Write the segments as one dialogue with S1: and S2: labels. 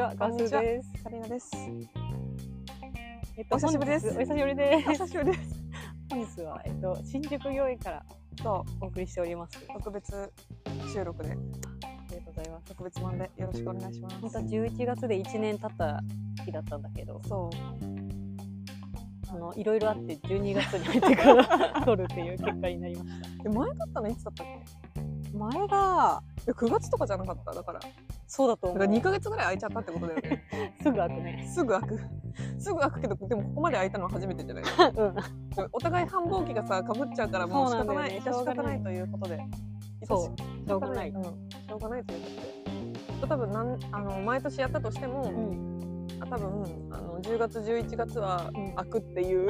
S1: は、ガスです。
S2: カリナです。
S1: えっ
S2: お久しぶりです
S1: 本日お久しぶりです
S2: お。久しぶりです。
S1: 本日は、えっと、新宿御苑から
S2: そ
S1: お送りしております。
S2: う、特別収録で、
S1: ありがとうございます。
S2: 特別版でよろしくお願いします。
S1: 本当11月で1年経った日だったんだけど、
S2: そう、
S1: あのいろいろあって12月に入ってから撮るっていう結果になりまし
S2: え、前だったのいつだったっけ
S1: た。前が、
S2: え？九月とかじゃなかった。だから、だか
S1: そうだと思
S2: ら二
S1: う。
S2: ヶ月ぐらい空いちゃったってことだよね。
S1: すぐ開くね。
S2: すぐ開く、すぐ開くけど、でもここまで空いたのは初めてじゃない。
S1: うん。
S2: お互い繁忙期がさ、被っちゃうから、もう仕
S1: そうな
S2: 方
S1: んだよ
S2: な
S1: ね
S2: い、致し方ないということで。
S1: そ
S2: 致し
S1: う。しょうがない。
S2: うん、しょうがないということで。多分なんあの毎年やったとしても、
S1: うん。
S2: あ多分あの10月11月は
S1: うん
S2: 開くっ ていう、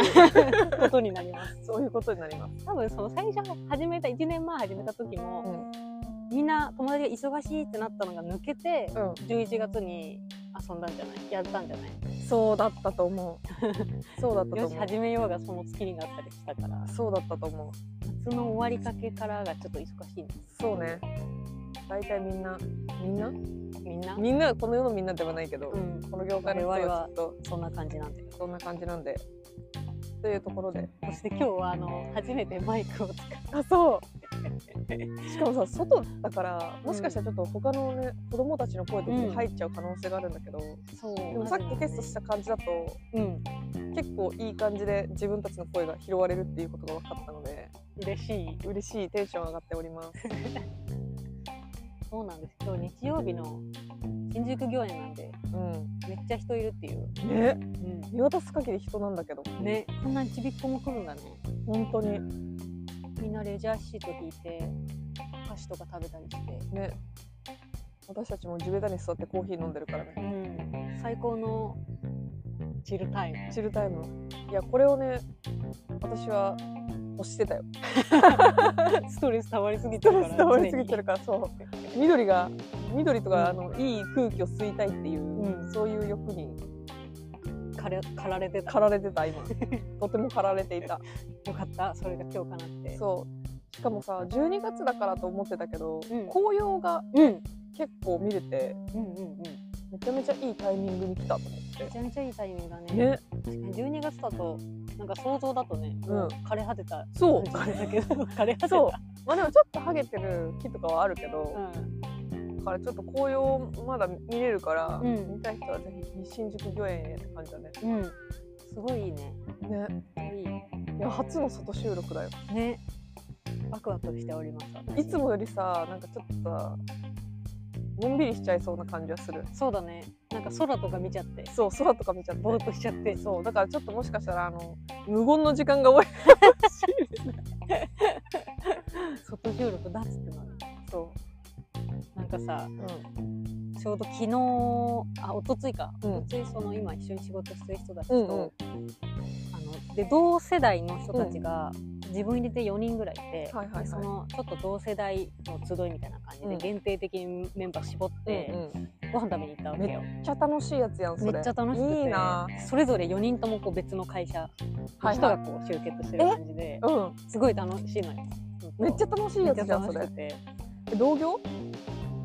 S1: ことになります。
S2: そういうことになります。
S1: 多分その最初始めた1年前始めた時
S2: う
S1: も、
S2: ん、
S1: みんな友達が忙しいってなったのが抜けて、
S2: うん、
S1: 11月に遊んだんじゃないやったんじゃない
S2: そうだったと 思う。そうだったと
S1: よし
S2: 思う。
S1: 始めようがその月になったりしたから
S2: そうだったと思う。
S1: 夏の終わりかけからがちょっと忙しいんで
S2: そうね。大体みんな、みんな、
S1: すみんな
S2: みんなこの世のみんなではないけど、
S1: うん
S2: この業界の人
S1: 我々
S2: は
S1: は
S2: きっと
S1: そんな感じなんだよ
S2: そんな感じなんで。というところで。
S1: そして今日はあの初めてマイクを使
S2: あ、そう。しかもさ、外だから、もしかしたらちょっと他のね、子供たちの声とかも入っちゃう可能性があるんだけど、
S1: うそう
S2: でもさっきテストした感じだと、
S1: うん
S2: 結構いい感じで自分たちの声が拾われるっていうことが分かったので、
S1: 嬉しい
S2: 嬉しいテンション上がっております。
S1: そうなんです今日日曜日の新宿御苑なんで
S2: うん。
S1: めっちゃ人いるっていう、
S2: ね。見渡す限り人なんだけど
S1: ねこんなにちびっこも来るんだね
S2: 本当に
S1: みんなレジャーシート引いてお菓子とか食べたりして
S2: ね私たちも地べたに座ってコーヒー飲んでるからね
S1: うん最高のチルタイム
S2: チルタイムいやこれをね私は欲してたよ
S1: ストレス溜まりすぎて
S2: スト
S1: るか
S2: レ
S1: ら
S2: ス溜まりすぎてるからそう
S1: 常に
S2: 緑が緑とか、
S1: う
S2: あのいい空気を吸いたいっていう、
S1: うん
S2: そういう欲に
S1: かれ駆られてた
S2: 駆られて た今とても駆られていた
S1: よかったそれが今日かなって
S2: そうしかもさ12月だからと思ってたけど、
S1: うん
S2: 紅葉が
S1: う、ん、
S2: 結構見れて
S1: うんうんうん
S2: めちゃめちゃいいタイミングに来たと思
S1: めちゃめちゃいいタイミングだね
S2: ってね
S1: 確かに12月だとなんか想像だとね、
S2: うん
S1: も枯れ果てた
S2: そう
S1: 感じだけど 枯れ果てた
S2: そうまあでもちょっとハゲてる木とかはあるけど、
S1: うん、
S2: だからちょっと紅葉まだ見れるから、
S1: うん
S2: 見たい人はぜひ新宿御苑へって感じだね。
S1: うん、すごいいいね
S2: ね、
S1: いい
S2: いや初の外収録だよ。
S1: ねワクワクしております私
S2: いつもよりさ、なんかちょっとさ、のんびりしちゃいそうな感じはする。
S1: そうだねなんか空とか見ちゃって
S2: そう、空とか見ちゃって。
S1: ぼーっとしちゃって
S2: そう、だからちょっともしかしたらあの無言の時間が多い。
S1: 外収録だっつってのに
S2: そ
S1: なんかさ
S2: う、
S1: ちょうど昨日あ一昨日か、
S2: うん
S1: 一昨日その今一緒に仕事してる人たちと、
S2: うんうん
S1: あので同世代の人たちが自分入れて4人ぐらいいて、
S2: はいはいはい
S1: でそのちょっと同世代の集いみたいな感じ
S2: う
S1: で
S2: ん
S1: 限定的にメンバー絞っ
S2: うん、
S1: て
S2: うん、
S1: ご飯食べに行ったわけよ。
S2: めっちゃ楽しいやつやんそ
S1: め
S2: れ。
S1: っちゃ楽しくて
S2: いいな。
S1: それぞれ4人ともこう別の会社の人がこう集結してる感じで、
S2: うん、
S1: すごい楽しいのよ。
S2: めっちゃ楽しい
S1: め
S2: や
S1: っちゃ
S2: つじゃんそ
S1: 楽し
S2: れ
S1: く。て
S2: え同業？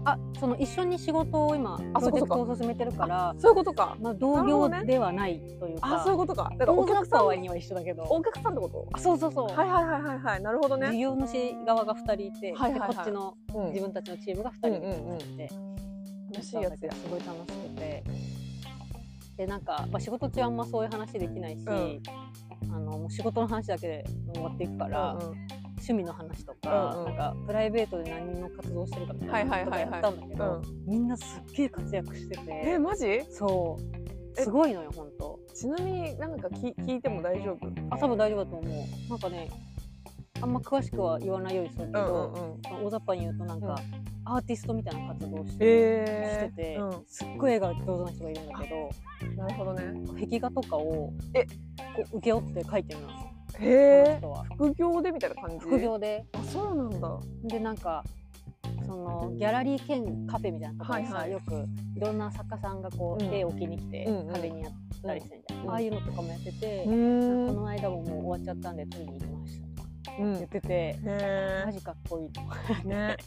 S1: あその一緒に仕事を今
S2: あ
S1: プ
S2: そ
S1: ロ
S2: うか
S1: ジェ
S2: そう
S1: ク
S2: か
S1: トを進めてるから
S2: そういうことか。
S1: まあ、同業ではないというか、
S2: あ、そういうことか。だから
S1: 同
S2: お
S1: 族
S2: 客さん、
S1: 側には一緒だけど
S2: お客さんってこと？
S1: あそうそうそう、
S2: はいはいはいはいはいなるほど
S1: 事
S2: ね。
S1: 業主側が2人いて、
S2: はいはいはい
S1: でこっちの
S2: うん
S1: 自分たちのチームが2人いて、
S2: 楽しいやつや
S1: すごい楽しくてでなんか、まあ、仕事中あんまそういう話できないし、
S2: うん
S1: あのもう仕事の話だけで終わっていくから、
S2: うん
S1: 趣味の話とか,、
S2: うんうん
S1: なんかプライベートで何の活動してるかみたいな
S2: はい
S1: とか
S2: はい
S1: や
S2: はいはい
S1: ったんだけど、
S2: う
S1: みんなすっげえ活躍してて、
S2: えマジ
S1: そう
S2: え
S1: すごいのよ本当
S2: ちなみになんか聞聞いても大丈夫
S1: あ多分大丈夫だと思うなんかねあんま詳しくは言わないようにするけど、
S2: うん
S1: 大雑把に言うとなんか、アーティストみたいな活動をして,、
S2: えー
S1: してて、
S2: うん
S1: すっごい絵が上手な人がいるんだけど
S2: なるほどね
S1: 壁画とかを
S2: え
S1: こう請け負って描いてるのよ
S2: へ
S1: その
S2: え
S1: 人は
S2: 副業でみたいな感じ
S1: 副業で
S2: あそうなんだ
S1: でなんかそのギャラリー兼カフェみたいなところにさ、
S2: はいはい
S1: よくいろんな作家さんがこう、
S2: うん
S1: 絵を置きに来て
S2: うんうん
S1: 壁にやったりしてるじゃん、
S2: うん
S1: ああいうのとかもやってて、
S2: う
S1: こ
S2: ん
S1: の間ももう終わっちゃったんで取りに行きましたとか
S2: うん
S1: 言っ
S2: へ
S1: てて、マ
S2: え
S1: ジかっこいいとか
S2: ね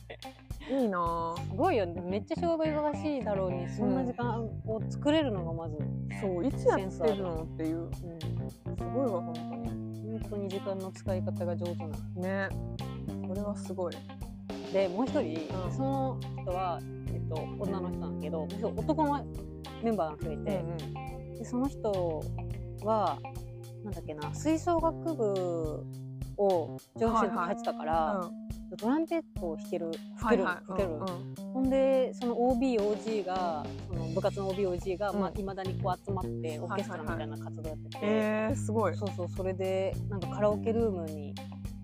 S2: いいなぁ
S1: すごいよねめっちゃ仕事忙しいだろうにそんな時間を作れるのがまず、うん、
S2: そういつやってるのっていうすごいわ本当
S1: 本
S2: に
S1: 当に時間の使い方が上手なの
S2: ねこれはすごい
S1: でもう一人、
S2: うん
S1: その人は、えっと、女の人なんだけどもう一人男のメンバーが増えて、でその人はなんだっけな吹奏楽部を上級生の時入ってたから、トランペットを弾ける吹ける、吹ける、ほんでその OBOG がその部活の OBOG がい
S2: うん
S1: まあ、未だにこう集まってオーケストラみたいな活動やってて、
S2: えー、すごい
S1: そうそうそれでなんかカラオケルームに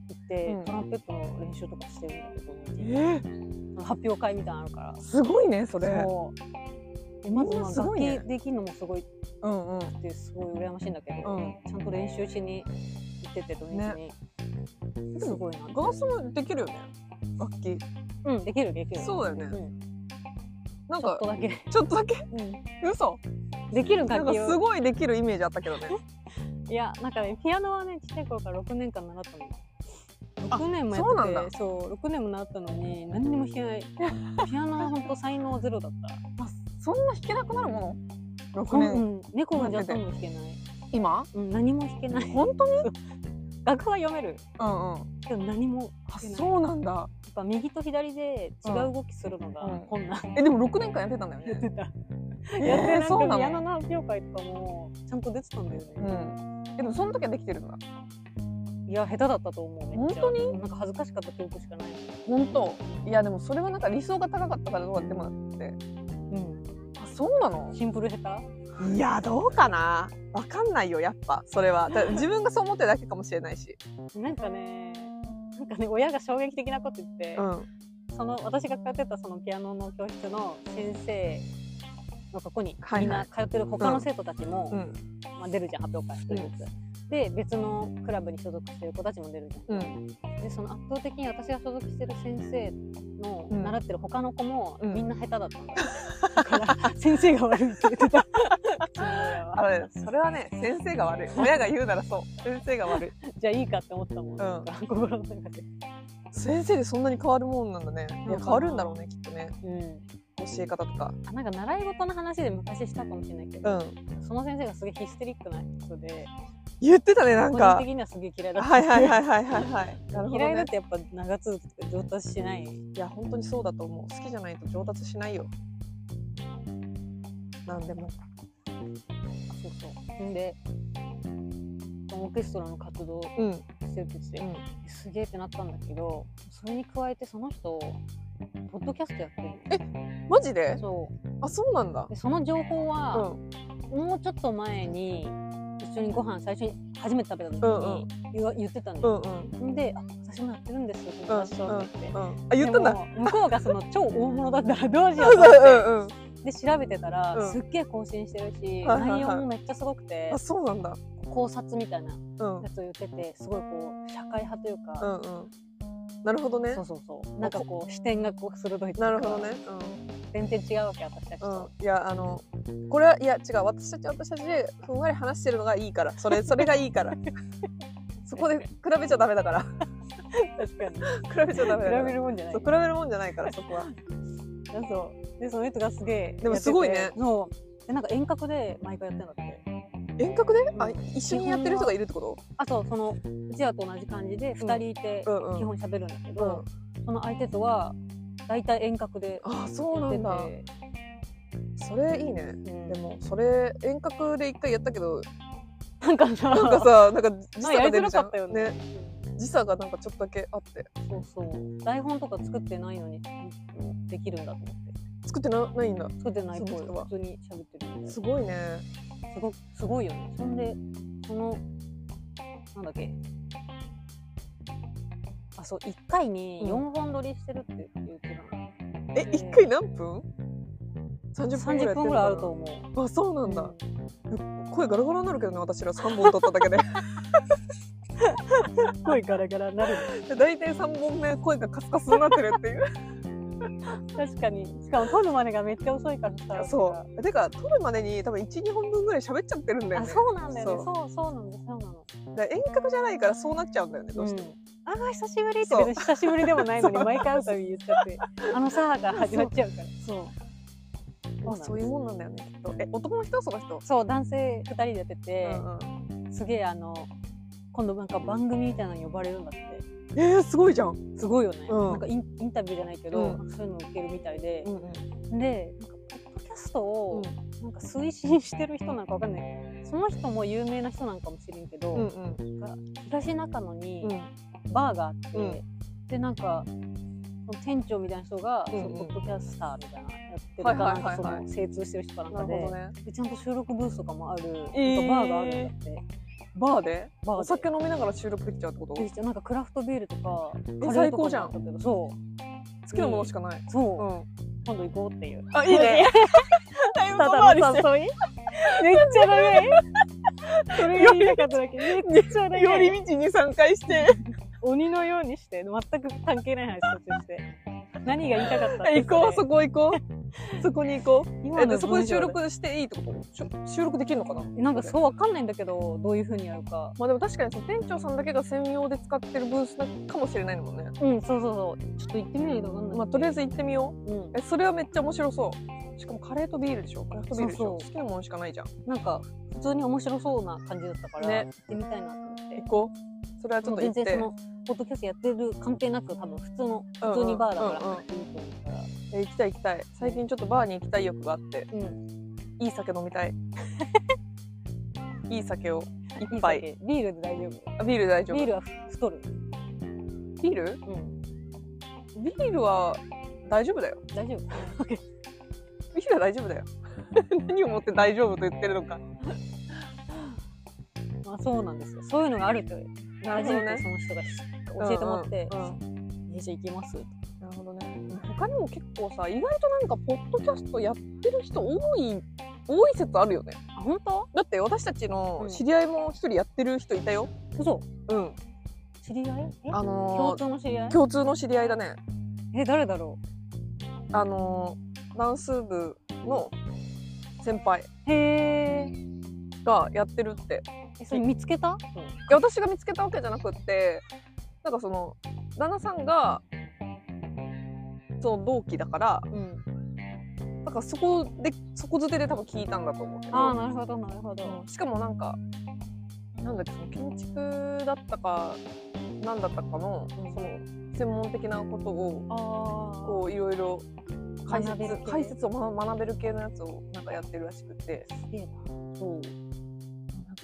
S1: 行って、
S2: うん
S1: トランペットの練習とかしてるんだけど、
S2: えー、
S1: 発表会みたいなのあるから
S2: すごいねそれ
S1: そうでまず
S2: みん
S1: ま
S2: な
S1: あ
S2: すご
S1: 楽
S2: いね
S1: 器できるのもすごいっ
S2: うんうん
S1: てすごい羨ましいんだけど、
S2: うん
S1: ちゃんと練習しに行ってて土日に、
S2: ね
S1: すごいなって
S2: ガラスもできるよね楽器
S1: うんできるできる
S2: そうだよね
S1: ん
S2: なん
S1: ちょっ
S2: か
S1: とだけ、
S2: ちょっとだけ 嘘
S1: できる
S2: なん
S1: 楽
S2: か
S1: 器
S2: す
S1: を
S2: ごいできるイメージあったけどね
S1: いやなんかねピアノはねちっちゃい頃から6年間習ったの
S2: あ
S1: 6年もや
S2: そうなん
S1: っ
S2: だ
S1: ててそう6年も習ったのに何にも弾けないピアノは本当才能ゼロだった
S2: そんな弾けなくなるもの6
S1: う
S2: 年、
S1: ん、猫がジャズも弾けない、
S2: 今
S1: うん、何も弾けない
S2: 本当に
S1: 楽譜は読める
S2: うんうん
S1: けど何も
S2: あ
S1: 弾けない
S2: そうなんだ
S1: やっぱ右と左で違う動きするのが
S2: うん
S1: 困難、
S2: えでも6年間や ってたんだよね
S1: た。やって
S2: えー
S1: なん
S2: そう
S1: か
S2: な
S1: ピアノ
S2: の
S1: の発表会とかもちゃんと出てたんだよ
S2: う
S1: ね。
S2: んえでもその時はできてるんだ
S1: いや下手だったと思う。めっちゃ
S2: 本当
S1: に？なんか恥ずかしかった記憶しかない。
S2: 本当いやでもそれはなんか理想が高かったからどうかってもなって
S1: う
S2: あそうなの
S1: ん。シンプル下手？
S2: いやどうかなわかんないよやっぱそれはだ自分がそう思ってるだけかもしれないし、
S1: なんかね、なんかね親が衝撃的なこと言って、
S2: ん、
S1: その私が通ってたそのピアノの教室の先生。のとこに
S2: はいはい
S1: みんな通ってる他の生徒たちも、
S2: うん
S1: まあ、出るじゃん発表会一人ずつ、で別のクラブに所属してる子たちも出るじゃん、
S2: うん
S1: でその圧倒的に私が所属してる先生の
S2: うん
S1: 習ってる他の子も
S2: うん
S1: みんな下手だった んだ,、だから先生が悪いって言ってた
S2: あれそれはね先生が悪い親が言うならそう先生が悪い
S1: じゃあいいかって思ってたもん、なんか心の中で、
S2: 先生でそんなに変わるもんなんだねい
S1: そうかな
S2: や変わるんだろうねきっとね
S1: うん、
S2: 教え方とか
S1: あなんか習い事の話で昔したかもしれないけ
S2: う
S1: ど、
S2: ん
S1: その先生がすげえヒステリックな人で
S2: 言ってたねなん
S1: 個
S2: か
S1: 人的にはすげえ嫌いだった、
S2: はいはいはいはいはい はいなるほど、
S1: 嫌いだ
S2: ね
S1: っ、てやっぱ長続きとか上達しない
S2: いや本当にそうだと思う好きじゃないと上達しないよなんでも
S1: そうそうんでオーケストラの活動
S2: うんう
S1: してるって言ってて
S2: ん
S1: すげえってなったんだけどそれに加えてその人ポッドキャストやってる
S2: マジで
S1: そ
S2: あそうなんだ
S1: うでその情報
S2: う
S1: は、
S2: ん
S1: もうちょっと前に一緒にご飯最初に初めて食べた時に言,、言ってたん
S2: う
S1: で
S2: んうん
S1: んであ「私もやってるんですよ友達と」って言って。
S2: うんあ言った
S1: で
S2: んだ
S1: も向こうがその超大物だったらどうしよ
S2: う
S1: うと思って
S2: んうんうん
S1: で調べてたら、
S2: うん
S1: すっげえ更新してるし、
S2: はいはいは
S1: 内
S2: い
S1: 容もめっちゃすごくて
S2: あそうなんだ
S1: 考察みたいな
S2: うんうん
S1: やつを言っててすごいこう社会派というか、
S2: うんなるほどね
S1: そうそうそうなんかこう視点がこう鋭いというか
S2: なるほどね
S1: 全然違うわけ私たち
S2: う
S1: と、
S2: んうんいやあのこれはいや違う私たち私たちでふんわり話してるのがいいからそれそれがいいから そこで比べちゃダメだから
S1: 確 かに 比
S2: 比べちゃダメだから
S1: べるもんじゃない
S2: そう比べるもんじゃないからそこは
S1: そうそうでその人がすげえやってて
S2: でもすごいね
S1: そうでなんか遠隔で毎回やってんだって
S2: 遠隔で、あ
S1: うん
S2: 一緒にやってる人がいるってこと
S1: あとそのうちらと同じ感じで2人いて
S2: うんうん
S1: 基本喋るんだけ
S2: うん
S1: ど、その相手とは大体遠隔で
S2: あ
S1: や
S2: そう
S1: っ
S2: な
S1: て
S2: んだ
S1: て
S2: それいいね
S1: うん
S2: でもそれ遠隔で一回やった けど
S1: なんかさ
S2: なんかさなんか時
S1: まあ
S2: 差
S1: や
S2: が
S1: り
S2: 出
S1: づ
S2: る
S1: ら
S2: じゃ
S1: か
S2: ん
S1: ったよね
S2: 時差がなんかちょっとだけあって
S1: そうそう台本とか作ってないのにうんできるんだと思って
S2: 作ってなないんだ
S1: 作ってないっぽい
S2: その人は
S1: 普通に喋ってるみたいな
S2: すごいね
S1: すごすごいよねそんでこのなんだっけあそう1回に4本撮りしてるって言ってたの、
S2: え
S1: うん
S2: 一回何分30分ぐらいや
S1: 30
S2: って
S1: 分
S2: る
S1: ぐ
S2: の
S1: らい
S2: か
S1: あ
S2: な
S1: ると思う
S2: あそうなんだ、
S1: う
S2: 声ガラガラになるけどね私ら3本撮った だけで
S1: ん声ガラガラになる
S2: 大体3本目声がカスカスになってるっていう
S1: 確かにしかも撮るまでがめっちゃ遅いからさ
S2: そうてか撮るまでに多分12本分ぐらい喋っちゃってるんだよ
S1: あ
S2: ね
S1: そうなんだよね
S2: そ
S1: そうそうなんだそうなの
S2: だから遠隔じゃないからそうなっちゃうんだよねどうしても、
S1: んあー久しぶり」って
S2: そう
S1: 別に久しぶりでもないのに
S2: そう
S1: 毎回会うたびに言っちゃって「あのさ」が始まっちゃうから
S2: そう
S1: そうなんです
S2: そういうもんなんだよねきっとえ男の人その人、
S1: そう男性2人でやってて、
S2: うんうん
S1: すげえあの今度なんか番組みたいなのに呼ばれるんだって
S2: えー、すごいじゃん、うん
S1: すごいよね、
S2: うん
S1: なんかインインタビューじゃないけど、
S2: うん
S1: なんかそういうの受けるみたいで、
S2: うん
S1: でなんかポッドキャストを
S2: うん
S1: なんか推進してる人なんかわかんないその人も有名な人なんかもしれんけど、
S2: うんうん
S1: 東中野に
S2: うん
S1: バーがあって、
S2: うん
S1: でなんかその店長みたいな人が、
S2: うんう
S1: そ
S2: ん
S1: のポッドキャスターみたいなのやってる
S2: は
S1: か
S2: いは
S1: なん
S2: いはいはい
S1: かその精通してる人かなん
S2: な
S1: か
S2: る
S1: で,、
S2: ほどね
S1: でちゃんと収録ブースとかもある、
S2: えー
S1: なんかバーがあるんだって
S2: バーで
S1: バーで
S2: お酒飲みながら収録できちゃうってこと
S1: でなんかクラフトビールとか
S2: え
S1: カレー
S2: 最
S1: とか
S2: 高
S1: も
S2: じゃ
S1: あった
S2: ん
S1: けどそう
S2: 好きなものしかない、
S1: そう、
S2: うん、
S1: 今度行こうっていう。
S2: あいいねだい
S1: た
S2: ぶ遠
S1: だ
S2: 回り
S1: の
S2: して
S1: 誘いめっちゃ長い。それが言いたかっただけ。めっちゃ
S2: 寄
S1: 長い。
S2: り道に3回して
S1: 鬼のようにして、全く関係ない話途中して。何が言いたかった
S2: 行こうそ
S1: こ。
S2: こ行こ うそこに行こう
S1: 今
S2: え
S1: の
S2: でそこで
S1: 文章
S2: 収録していいってことしゅ収録できるのかな
S1: なんかそうわかんないんだけど、どういう風にやるか。
S2: まあでも確かにその店長さんだけが専用で使ってるブースなのかもしれないのもんね
S1: うん、そうそうそう。ちょっと行ってみないとわかんない。
S2: まあとりあえ
S1: ず、
S2: ず行ってみよ
S1: うん
S2: う。えそれはめっちゃ面白そうしかもカレーとビールでしょクラフトビールでしょ
S1: そうそう
S2: 好きなものしかないじゃん
S1: なんか、普通に面白そうな感じだったから、
S2: ね
S1: 行ってみたいなと思って
S2: 行。こうそれはちょ
S1: も
S2: っ
S1: う
S2: と行
S1: 全
S2: って
S1: 然その、ポッドキャストやってる関係なく、多分普通の、普通にバーだから、
S2: うんうんうん
S1: いいと思うから。
S2: え行きたい行きたい最近ちょっとバーに行きたい欲があって
S1: うん。
S2: いい酒飲み たいいい酒を
S1: い
S2: 一
S1: い
S2: 杯
S1: 酒。ビールで大丈夫。
S2: あビール大丈夫
S1: ビールは太る。
S2: ビール
S1: うん。
S2: ビールは大丈夫だよ
S1: 大丈夫。
S2: ビールは大丈夫だよ何をもって大丈夫と言ってるのか
S1: まあそうなんですよ。そういうのがあると、
S2: なる
S1: 初
S2: ほど
S1: めて
S2: ね
S1: その人が教えてもらって、
S2: うんうんうん
S1: えじゃあ行きます。
S2: なるほどね。他にも結構さ、意外となんかポッドキャストやってる人多い多い説あるよね。
S1: あ本当？
S2: だって私たちの知り合いも一人やってる人いたよ。
S1: 嘘。
S2: うん。
S1: 知り合い？え？
S2: あ
S1: 共
S2: の
S1: 通の知り合い
S2: ー、？共通の知り合いだね。
S1: え誰だろ
S2: あのー、ダンス部の先輩
S1: う？へえ。
S2: がやってるって。
S1: えそれ見つけた？
S2: いや私が見つけたわけじゃなくって、なんかその旦那さんがその同期だから、
S1: うん。
S2: だからそこでそこづてで多分聞いたんだと思うけど。
S1: ああなるほどなるほど。
S2: しかもなんかなんだっけその建築だったか何だったかのその専門的なことを
S1: ああ。
S2: こういろいろ解
S1: 学べる
S2: 説
S1: 系
S2: 解説をま学べる系のやつをなんかやってるらしくて
S1: う。すげえな。
S2: そう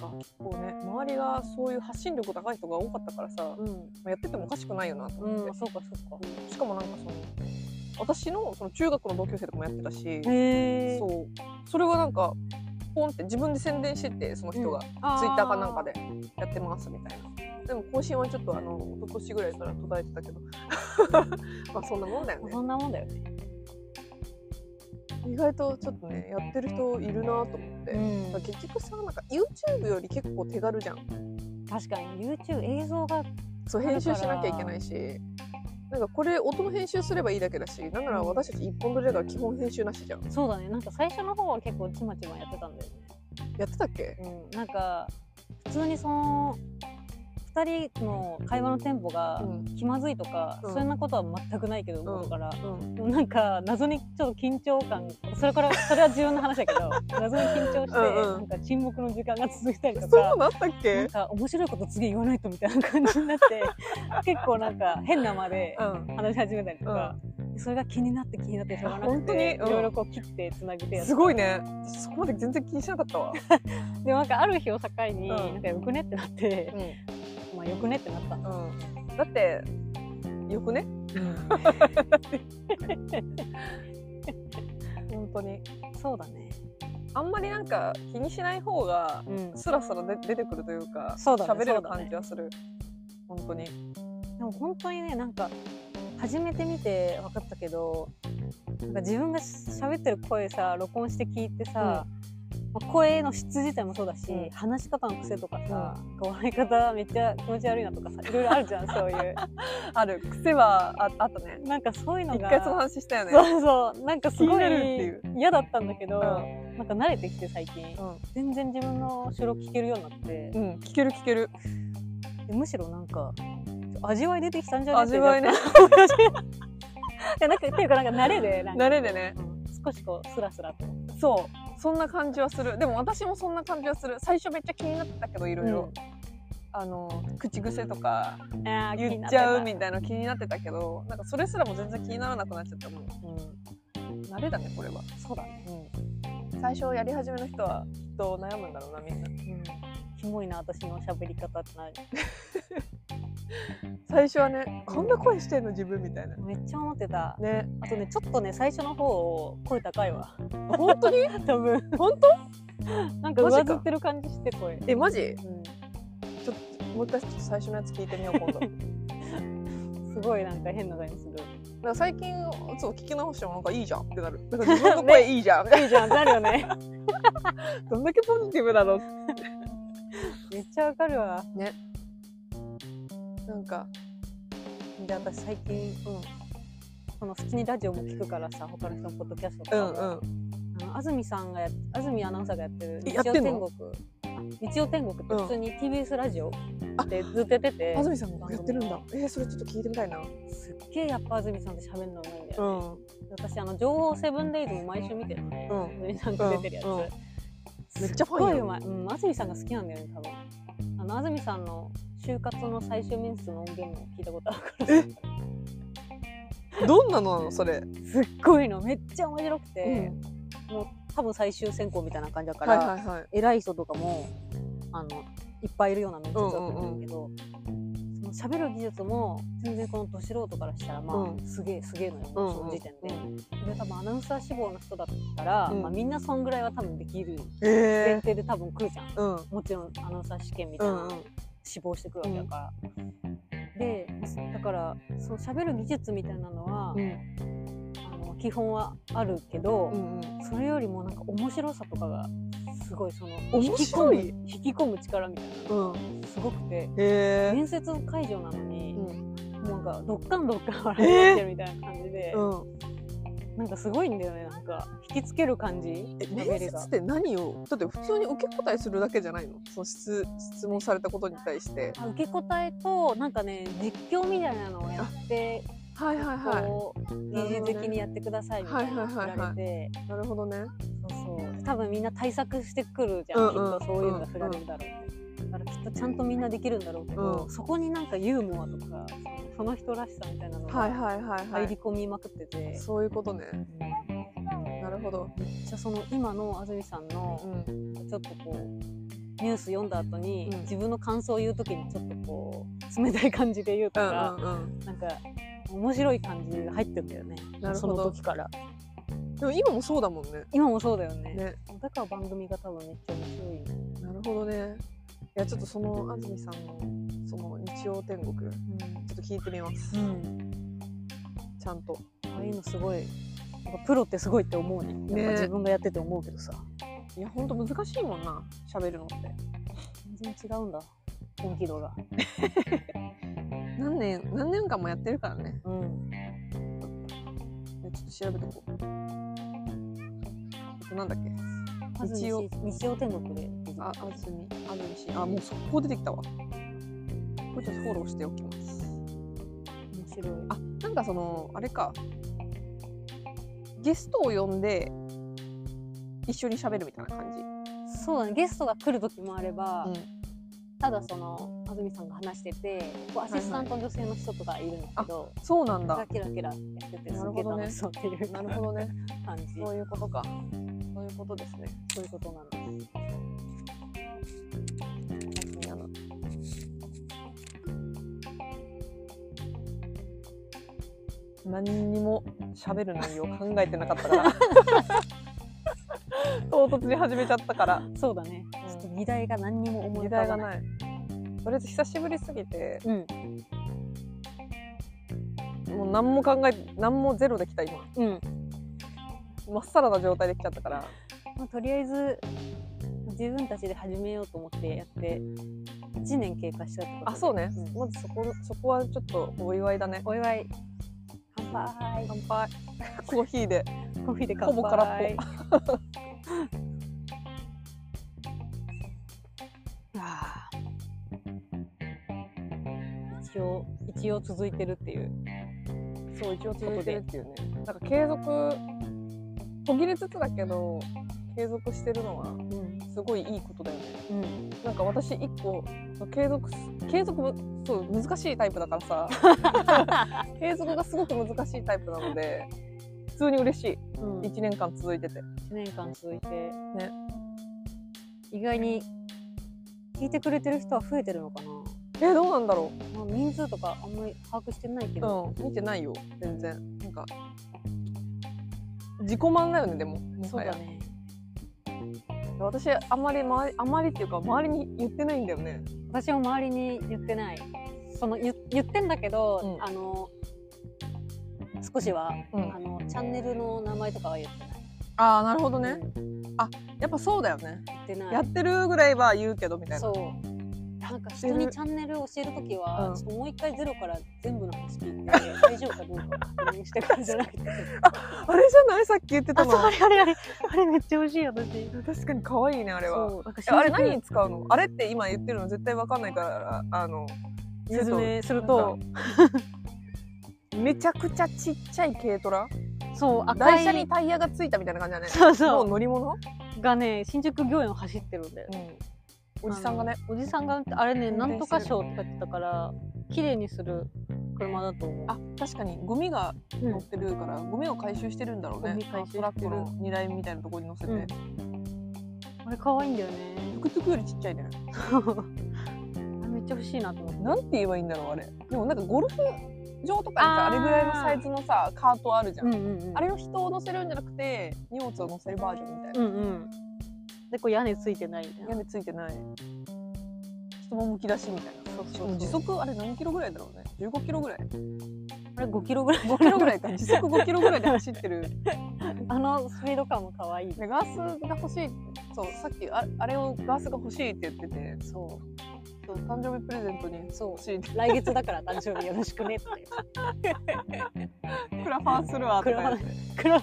S2: なんか結構ね周りがそういう発信力高い人が多かったからさ
S1: うん。
S2: やっててもおかしくないよなと思っ
S1: うん。
S2: て、
S1: そうかそうか。
S2: しかもなんかその私のその中学の同級生とかもやってたし
S1: へえ。
S2: そうそれはなんかポンって自分で宣伝しててその人が。ツイッターかなんかで。やってますみたいなでも更新はちょっとあの一昨年ぐらいから途絶えてたけど まあそんなもんだよね
S1: そんなもんだよね。
S2: 意外とちょっとねやってる人いるなと思って、
S1: ん
S2: だから結局さなんか YouTube より結構手軽じゃん
S1: 確かに YouTube 映像が
S2: そう編集しなきゃいけないしなんかこれ音の編集すればいいだけだしなんなら私たち一本撮りだから基本編集なしじゃん
S1: そうだねなんか最初の方は結構ちまちまやってたんだよね。
S2: やってたっけ
S1: うん、なんか普通にその2人の会話のテンポが
S2: うん
S1: 気まずいとか、
S2: うん
S1: そんなことは全くないけど思うから、
S2: うん
S1: でもなんか謎にちょっと緊張感それからそれは自分の話だけ ど謎に緊張して
S2: うん
S1: な
S2: うん
S1: んか沈黙の時間が続いたりと
S2: そう
S1: か。
S2: なったっ
S1: な
S2: け
S1: んか面白いこと次言わないとみたいな感じになって 結構なんか変な間で
S2: うん
S1: 話し始めたりとか、それが気になって気になってしょうがな
S2: あ
S1: く
S2: 本当に
S1: て、
S2: うん
S1: いろいろこう切ってつなげてやって
S2: すごいね私そこまで全然気にしなかったわ、
S1: でもなんかある日を境に、
S2: うん
S1: なんかよくねってなって
S2: う、ん
S1: まあよくねってなった
S2: うんだってよくね本当に
S1: そうだね。
S2: あんまりなんか気にしない方が
S1: うん。
S2: スラスラで出てくるというか
S1: そうだね
S2: 喋れ
S1: そ
S2: る
S1: うだね
S2: 感じはする、本当に
S1: でも本当にね、なんか始めてみて分かったけど、なんか自分が喋ってる声さ、録音して聞いてさ、まあ声の質自体もそうだし、
S2: うん
S1: 話し方の癖とかさ、笑い方めっちゃ気持ち悪いなとかさ、いろいろあるじゃん、そう いう。
S2: ある癖はああったね
S1: なんかそういうの
S2: 一
S1: が。
S2: 回その話したよね
S1: そうそうなんかす
S2: 気に
S1: ごい
S2: なるっていう
S1: 嫌だったんだけど、
S2: う
S1: なんか慣れてきて最近、全然自分の収録聞けるようになって
S2: う、ん、うん、聞ける聞ける
S1: でむしろなんか味わい出てき たんじゃね
S2: 味わいね。
S1: でなんかっていうかなんか慣れでなんか
S2: 慣れでね
S1: うん少しこうスラスラと
S2: そうそんな感じはするでも私もそんな感じはする最初めっちゃ気になってたけどいろいろあの口癖とか
S1: あー
S2: 言っちゃうみ
S1: 気になって
S2: たいな気になってたけどなんかそれすらも全然気にならなくなっちゃったもん
S1: たうん
S2: 慣れだねこれは
S1: そうだね
S2: 最初やり始めの人はきっと悩むんだろうなみんな
S1: うんキモいな私の喋り方ってなる
S2: 最初はねこんな声してんの自分みたいな
S1: めっちゃ思ってた
S2: ね
S1: あとねちょっとね最初の方声高い わ
S2: 本当に
S1: 多分
S2: 本当
S1: なんか
S2: マジか
S1: 上ずってる感じして声
S2: えマジ
S1: うん
S2: ちょっともう一回ちょっと最初のやつ聞いてみよう今度なん
S1: すごいなんか変な感じする
S2: か最近そう聞き直してもなんかいいじゃんってなるなんか自分の声いいじゃん、
S1: いいじゃんってなるよ ね
S2: どんだけポジティブだろう
S1: めっちゃわかるわ
S2: なんか
S1: で私最近、うん、その好きにラジオも聞くからさ他の人のポッドキャストと
S2: う
S1: かも、
S2: んうん
S1: あの安住さんがやっ安住アナウンサーがやってる
S2: え
S1: 日
S2: や
S1: 曜
S2: って
S1: 天
S2: んの
S1: 国あ日曜天国って普通に TBS ラジオでずっとやってて
S2: 安住さんもやってるんだえー、それちょっと聞いてみたいなう
S1: すっげえやっぱ安住さんって喋るのうまいんだよ、
S2: ん
S1: 私あの情報セブンデイズも毎週見てるのね、
S2: うん
S1: 安住さんが出てるやつ、
S2: うんうんめっちゃファン
S1: す
S2: やん
S1: っごいうまい、うん、安住さんが好きなんだよね多分あの安住さんの就活の最終面接の音源も聞いたことあるから
S2: どんなのなのそれ
S1: すっごいのめっちゃ面白く
S2: う
S1: て、もう多分最終選考みたいな感じだから、
S2: はいはいはい
S1: 偉い人とかもあのいっぱいいるような面接だったんだけど、その喋る技術も全然このど素人からしたらまあ、
S2: うん
S1: すげえすげえのよ、
S2: うんうん
S1: その時点で,、で多分アナウンサー志望の人だったら、
S2: うん
S1: まあ、みんなそんぐらいは多分できる前
S2: え
S1: 提で多分来るじゃん
S2: ー、うん
S1: もちろんアナウンサー試験みた
S2: う
S1: いな、
S2: んうん
S1: 志望してくるわけだから。でだからその喋る技術みたいなのは、
S2: うん
S1: あの基本はあるけど、
S2: うん
S1: それよりもなんか面白さとかがすごいその引
S2: 面
S1: き込
S2: 白
S1: む
S2: い
S1: 引き込む力みたいな
S2: うん
S1: のがすごくて
S2: えー
S1: 面接会場なのに、
S2: うん
S1: もうなんかどっかんどっかん笑ってるみたいな感じで、
S2: うん、
S1: なんかすごいんだよねなんか引きつける感じ
S2: え
S1: 喋
S2: 面
S1: り
S2: 接
S1: が
S2: って何をだって普通に受け答えするだけじゃないのその質質問されたことに対して
S1: あ受け答えとなんかね実況みたいなのをやって
S2: はいはいは
S1: こう
S2: なるほ
S1: 疑似
S2: どね
S1: 的にやってくださいみたいなの振られて、
S2: はいはいいなるほどね
S1: そうそう多分みんな対策してくるじゃん、
S2: うんうん
S1: きっとそういうのが振られるだろうって、だからきっとちゃんとみんなできるんだろうけど、
S2: うん
S1: そこになんかユーモアとかその人らしさみたいなの
S2: はい
S1: が
S2: はいはいは
S1: 入り
S2: い
S1: 込みまくってて、
S2: そういうことねなるほど
S1: じゃあその今の安住さん
S2: う
S1: の
S2: ん
S1: ちょっとこうニュース読んだ後に、
S2: うん
S1: 自分の感想を言う時にちょっとこう冷たい感じで言うと
S2: う
S1: か、
S2: んうんうん
S1: なんか面白い感じが入ってんだよね
S2: なる
S1: そ
S2: ほ
S1: の
S2: ど
S1: 時から
S2: でも今もそうだもんね
S1: 今もそうだよね
S2: ね
S1: だから番組が多分めっちゃ面白い、
S2: なるほどね。いや、ちょっとその安住さんの、その日曜天国、ちょっと聞いてみます。
S1: うん
S2: ちゃんと。
S1: ああいうのすごいやっぱプロってすごいって思うね
S2: ね
S1: やっぱ自分がやってて思うけどさ、
S2: いや、ほんと難しいもんな、喋るのって。
S1: 全然違うんだ本気度が
S2: 何年、何年間もやってるからね。
S1: うん
S2: いやちょっと調べておこう。えっとなんだっけ
S1: 日
S2: 日
S1: 曜
S2: 曜
S1: 日曜天国で
S2: あ、安住、安住氏。あ、もう速攻出てきたわ。これちょっとフォローしておきます。
S1: 面白い
S2: あ、なんかその、あれか。ゲストを呼んで、一緒に喋るみたいな感じ。
S1: そうだねゲストが来る時もあれば、
S2: うん
S1: ただその安住さんが話しててこうアシスタントの女性の人とかいるんだけど、
S2: そうなんだ。
S1: キラキラやってて
S2: な
S1: す
S2: る
S1: げえ
S2: ほどね
S1: 楽しそうっていう
S2: なるほどね。
S1: 感じ
S2: そういうことか。そういうことですね。
S1: そういうことなんだ
S2: 安住アナ。何にも喋る内容考えてなかっ たから。唐突に始めちゃったから。
S1: そうだね、ちょっと議題が何にも思い
S2: 時
S1: 浮か
S2: 代
S1: ば
S2: が
S1: ない
S2: ない。とりあえず久しぶりすぎて、
S1: うん
S2: もう何も考え、何もゼロできた今。
S1: うん、
S2: まっさらな状態できちゃったから。
S1: まあ、とりあえず自分たちで始めようと思ってやって1年経過したってことで
S2: あ、そうね。
S1: ん
S2: まずそこ、そこはちょっとお祝いだね。
S1: お祝い乾杯
S2: 乾杯。コーヒーで。
S1: コーヒーで乾杯
S2: ほぼ空っぽ
S1: あー一応一応続いてるっていう
S2: そう一応続いてるっていうねなんか継続途切れつつだけど継続してるのは
S1: うん
S2: すごいいいことだよね
S1: うん
S2: なんか私一個継続す継続むそう難しいタイプだからさ 継続がすごく難しいタイプなので普通に嬉し
S1: うん
S2: い1年間続いてて
S1: 1年間続いてね意外に聞いてくれてる人は増えてるのかな、
S2: えどうなんだろ
S1: まあ、人数とかあんまり把握してないけ
S2: う
S1: ど、
S2: うん見てないよ全然なんか自己満だよねでもも
S1: そう
S2: はや
S1: だね
S2: 私あんまり周りあんまりっていうか周りに言ってないんだよね
S1: 私も周りに言ってないその言言ってんだけど、
S2: うん
S1: あの少しは、
S2: うん
S1: あのチャンネルの名前とかは言ってない
S2: ああなるほど
S1: う
S2: ね
S1: ん
S2: やっぱそうだよね
S1: 言ってない
S2: やってるぐらいは言うけどみたいな
S1: そうなんか
S2: て
S1: 人
S2: る
S1: にチャンネル教えるときは、
S2: うん
S1: ちょっともう一回ゼロから全部の話聞い て大丈夫かどうか確認してくるんじゃないか
S2: あれじゃないさっき言ってた
S1: あ
S2: の
S1: そうあれあれあれあれめっちゃ美味しい私
S2: 確かに可愛いねあれは
S1: そうなんか
S2: えあれ何に使うのあれって今言ってるの絶対わかんないからあの
S1: 説明する
S2: と
S1: と
S2: めちゃくちゃちっちゃい軽トラ
S1: そう赤
S2: 台
S1: い
S2: 車にタイヤがついたみたいな感じだね
S1: そう
S2: も
S1: そう
S2: 乗り物、
S1: うがね新宿御苑を走ってるんだよ
S2: おじさんがね
S1: おじさんがあれね
S2: 運
S1: な
S2: 転
S1: んとか賞って書いてたから綺麗にする車だと思う
S2: あ確かにゴミが
S1: うん
S2: 乗ってるから、ゴミを回収してるんだろうね
S1: ゴミ回収して
S2: ト
S1: る
S2: ラックの荷台みたいなところに乗せて、
S1: うんあれ可愛いんだよね
S2: トゥクトゥクよりちっちゃいね
S1: あれめっちゃ欲しいなと思って
S2: なんて言えばいいんだろうあれでもなんかゴルフ場とかにさあ
S1: あー
S2: れぐらいのサイズのさカートあるじゃん、
S1: うんうんうん
S2: あれを人を乗せるんじゃなくて荷物を乗せるバージョンみたいな
S1: うんうんでこう屋根ついてないみたいな
S2: 屋根ついてない人もむき出しみたいな
S1: そうそうそ
S2: しかも
S1: う
S2: 時速あれ何キロぐらいだろうね15キロぐらい
S1: あれ5キロぐらい
S2: 5キロぐらいか時速5キロぐらいで走ってる
S1: あのスピード感も可愛い
S2: でガースが欲しいそうさっきああれをガースが欲しいって言ってて
S1: そ
S2: そう誕生日プレゼントに
S1: うそ
S2: 欲しいって
S1: う来月だから誕生日よろしく ねって
S2: クラファンするわとか言っ
S1: い
S2: て
S1: くらい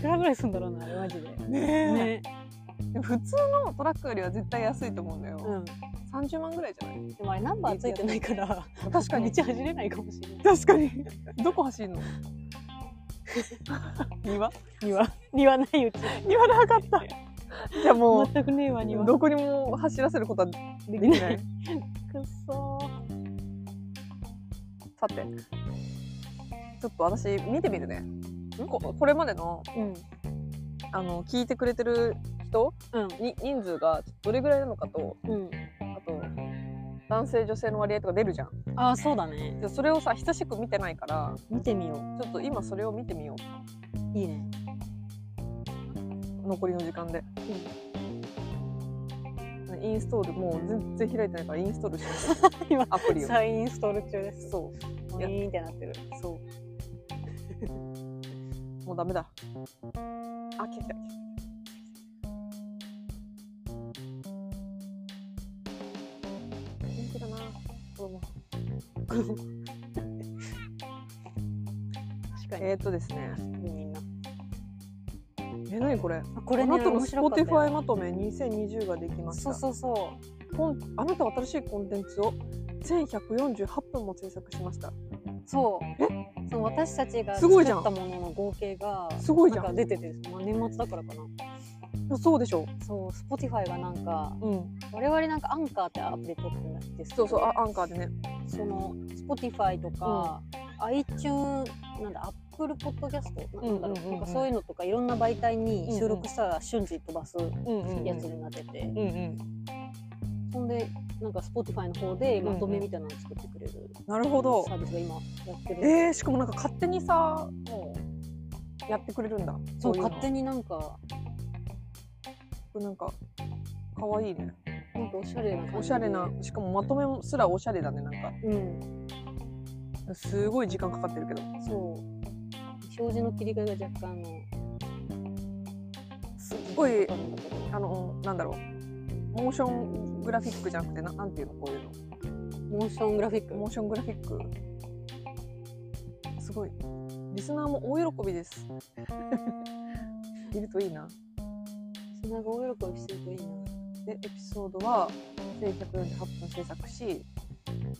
S1: くらぐらいすんだろうなあれマジで
S2: ね
S1: ね
S2: えでも普通のトラックよりは絶対安いと思うんだ
S1: う
S2: よ、
S1: んで
S2: 30万ぐらいじゃない
S1: もあれナンバーついてないから
S2: 確
S1: 道
S2: かに
S1: 走れないかもしれない
S2: 確かにどこ走る の庭
S1: 庭庭ないうち
S2: 庭なかったじゃあもう
S1: 全くねえわ庭
S2: どこにも走らせることはで
S1: で
S2: きない
S1: くっそー
S2: さてちょっと私見てみるねここれまでの
S1: うん
S2: あの聞いてくれてる人
S1: うん
S2: に人数がどれぐらいなのかと
S1: うん
S2: あと男性女性の割合とか出るじゃん
S1: ああそうだね
S2: でそれをさ久しく見てないから
S1: 見てみよう
S2: ちょっと今それを見てみよ
S1: いいね
S2: う残りの時間で、インストールもう全然開いてないからインストールしま
S1: 今
S2: すアプリを
S1: 再インストール中です
S2: そ
S1: ウィーンってなってる
S2: うそうもうダメだあ来た来た来た元気だな子供
S1: 確かに、
S2: えー、っとですね
S1: みんな
S2: え何これ
S1: あこれ
S2: あ
S1: ね
S2: なたの
S1: 面白かったよ
S2: Spotify まとめ2020ができました
S1: そうそうそ
S2: コンあなたは新しいコンテンツを1148分も制作しました
S1: うそうその私たちが
S2: す
S1: 作
S2: ごい
S1: っ
S2: じゃん
S1: たものの合計が
S2: すごいじ
S1: な
S2: ゃ
S1: んか
S2: ん
S1: 出てて、まあ、年末だからかな
S2: そうでしょ
S1: そう Spotify がなんか
S2: う、うん、
S1: 我々なんかアンカーってアプリ撮ってるんですけ
S2: そ
S1: ど
S2: うそうあアンカーでね
S1: その Spotify とか、iTune なんだ Apple Podcast なんだろ
S2: うんうんうんうん
S1: うなんかそういうのとかいろんな媒体に収録したら瞬時飛ばす
S2: うんうん
S1: やつになってて、
S2: うんうん
S1: そんでなんか Spotify の方で
S2: うんうん
S1: まとめみたいなのを作ってくれる
S2: なるほど
S1: サービスが今やってる、
S2: えー、しかもなんか勝手にさもうやってくれるんだ
S1: そう
S2: いの
S1: 勝手になんか
S2: なんか可愛いね
S1: なんかおしゃれな感じで
S2: おしゃれなしかもまとめもすらおしゃれだねなん
S1: うん
S2: かすごい時間かかってるけど
S1: そう表示の切り替えが若干の時間かかるんだけど
S2: すっごいあのなんだろうモーショングラフィックじゃなくてななんていうのこういうの
S1: モーショングラフィック
S2: モーショングラフィックすごいリスナーも大喜びです いるといいな
S1: リスナーが大喜びしてるといいな
S2: でエピソードは1148分制作し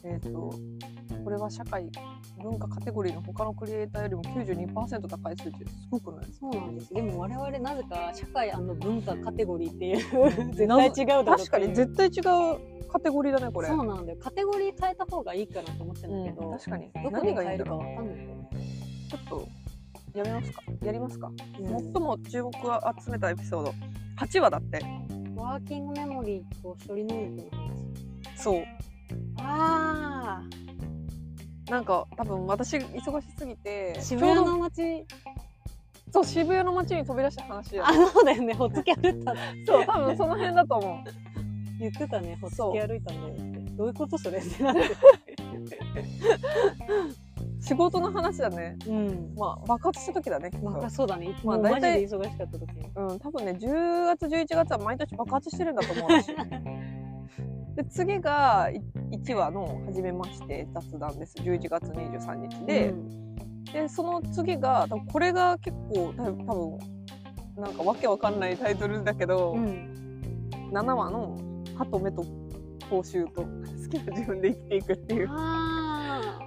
S2: えっ、とこれは社会文化カテゴリーの他のクリエイターよりも92%高い数値ですごくないですか
S1: そうなんですでも我々なぜか社会文化カテゴリーっていう
S2: 絶
S1: 絶
S2: 対
S1: 対違
S2: 違
S1: うだろう
S2: 確かに絶対違うカテゴリーだねこれ
S1: そうなんだよカテゴリー変えた方がいいかなと思って
S2: うん
S1: んだけど、
S2: 確かに
S1: どこ
S2: 何
S1: に
S2: がい
S1: 変
S2: いん
S1: える
S2: だ
S1: か
S2: ろ
S1: わかんないよね、
S2: うちょっとやめますかやりますか、
S1: うん
S2: 最も注目を集めたエピソード8話だって
S1: ワーキングメモリーと処理能力の話
S2: そう
S1: あ
S2: なんか多分私忙しすぎて
S1: あ
S2: ちょ
S1: 渋
S2: う
S1: 谷
S2: ど
S1: の街
S2: そう渋谷の街に飛び出した話や
S1: あそうだよねほっつき歩いた
S2: そう多分その辺だと思う
S1: 言ってたねほっつき
S2: そう
S1: 歩いたんだよってどういうことそれってなって
S2: 仕事の話だね
S1: うん
S2: まあ爆発した時だねきっと
S1: まあそうだね、
S2: ま
S1: ま
S2: あ
S1: あ、マ
S2: 大
S1: ジ
S2: 体
S1: で忙しかった時に
S2: うん、多分ね10月11月は毎年爆発してるんだと思うし で次が1話の「初めまして雑談」です11月23日で,、
S1: うん
S2: でその次が多分これが結構多分多分なんかわけわかんないタイトルだけど、
S1: うん
S2: 7話の「歯と目と口臭と好きな自分で生きていく」っていう
S1: ああ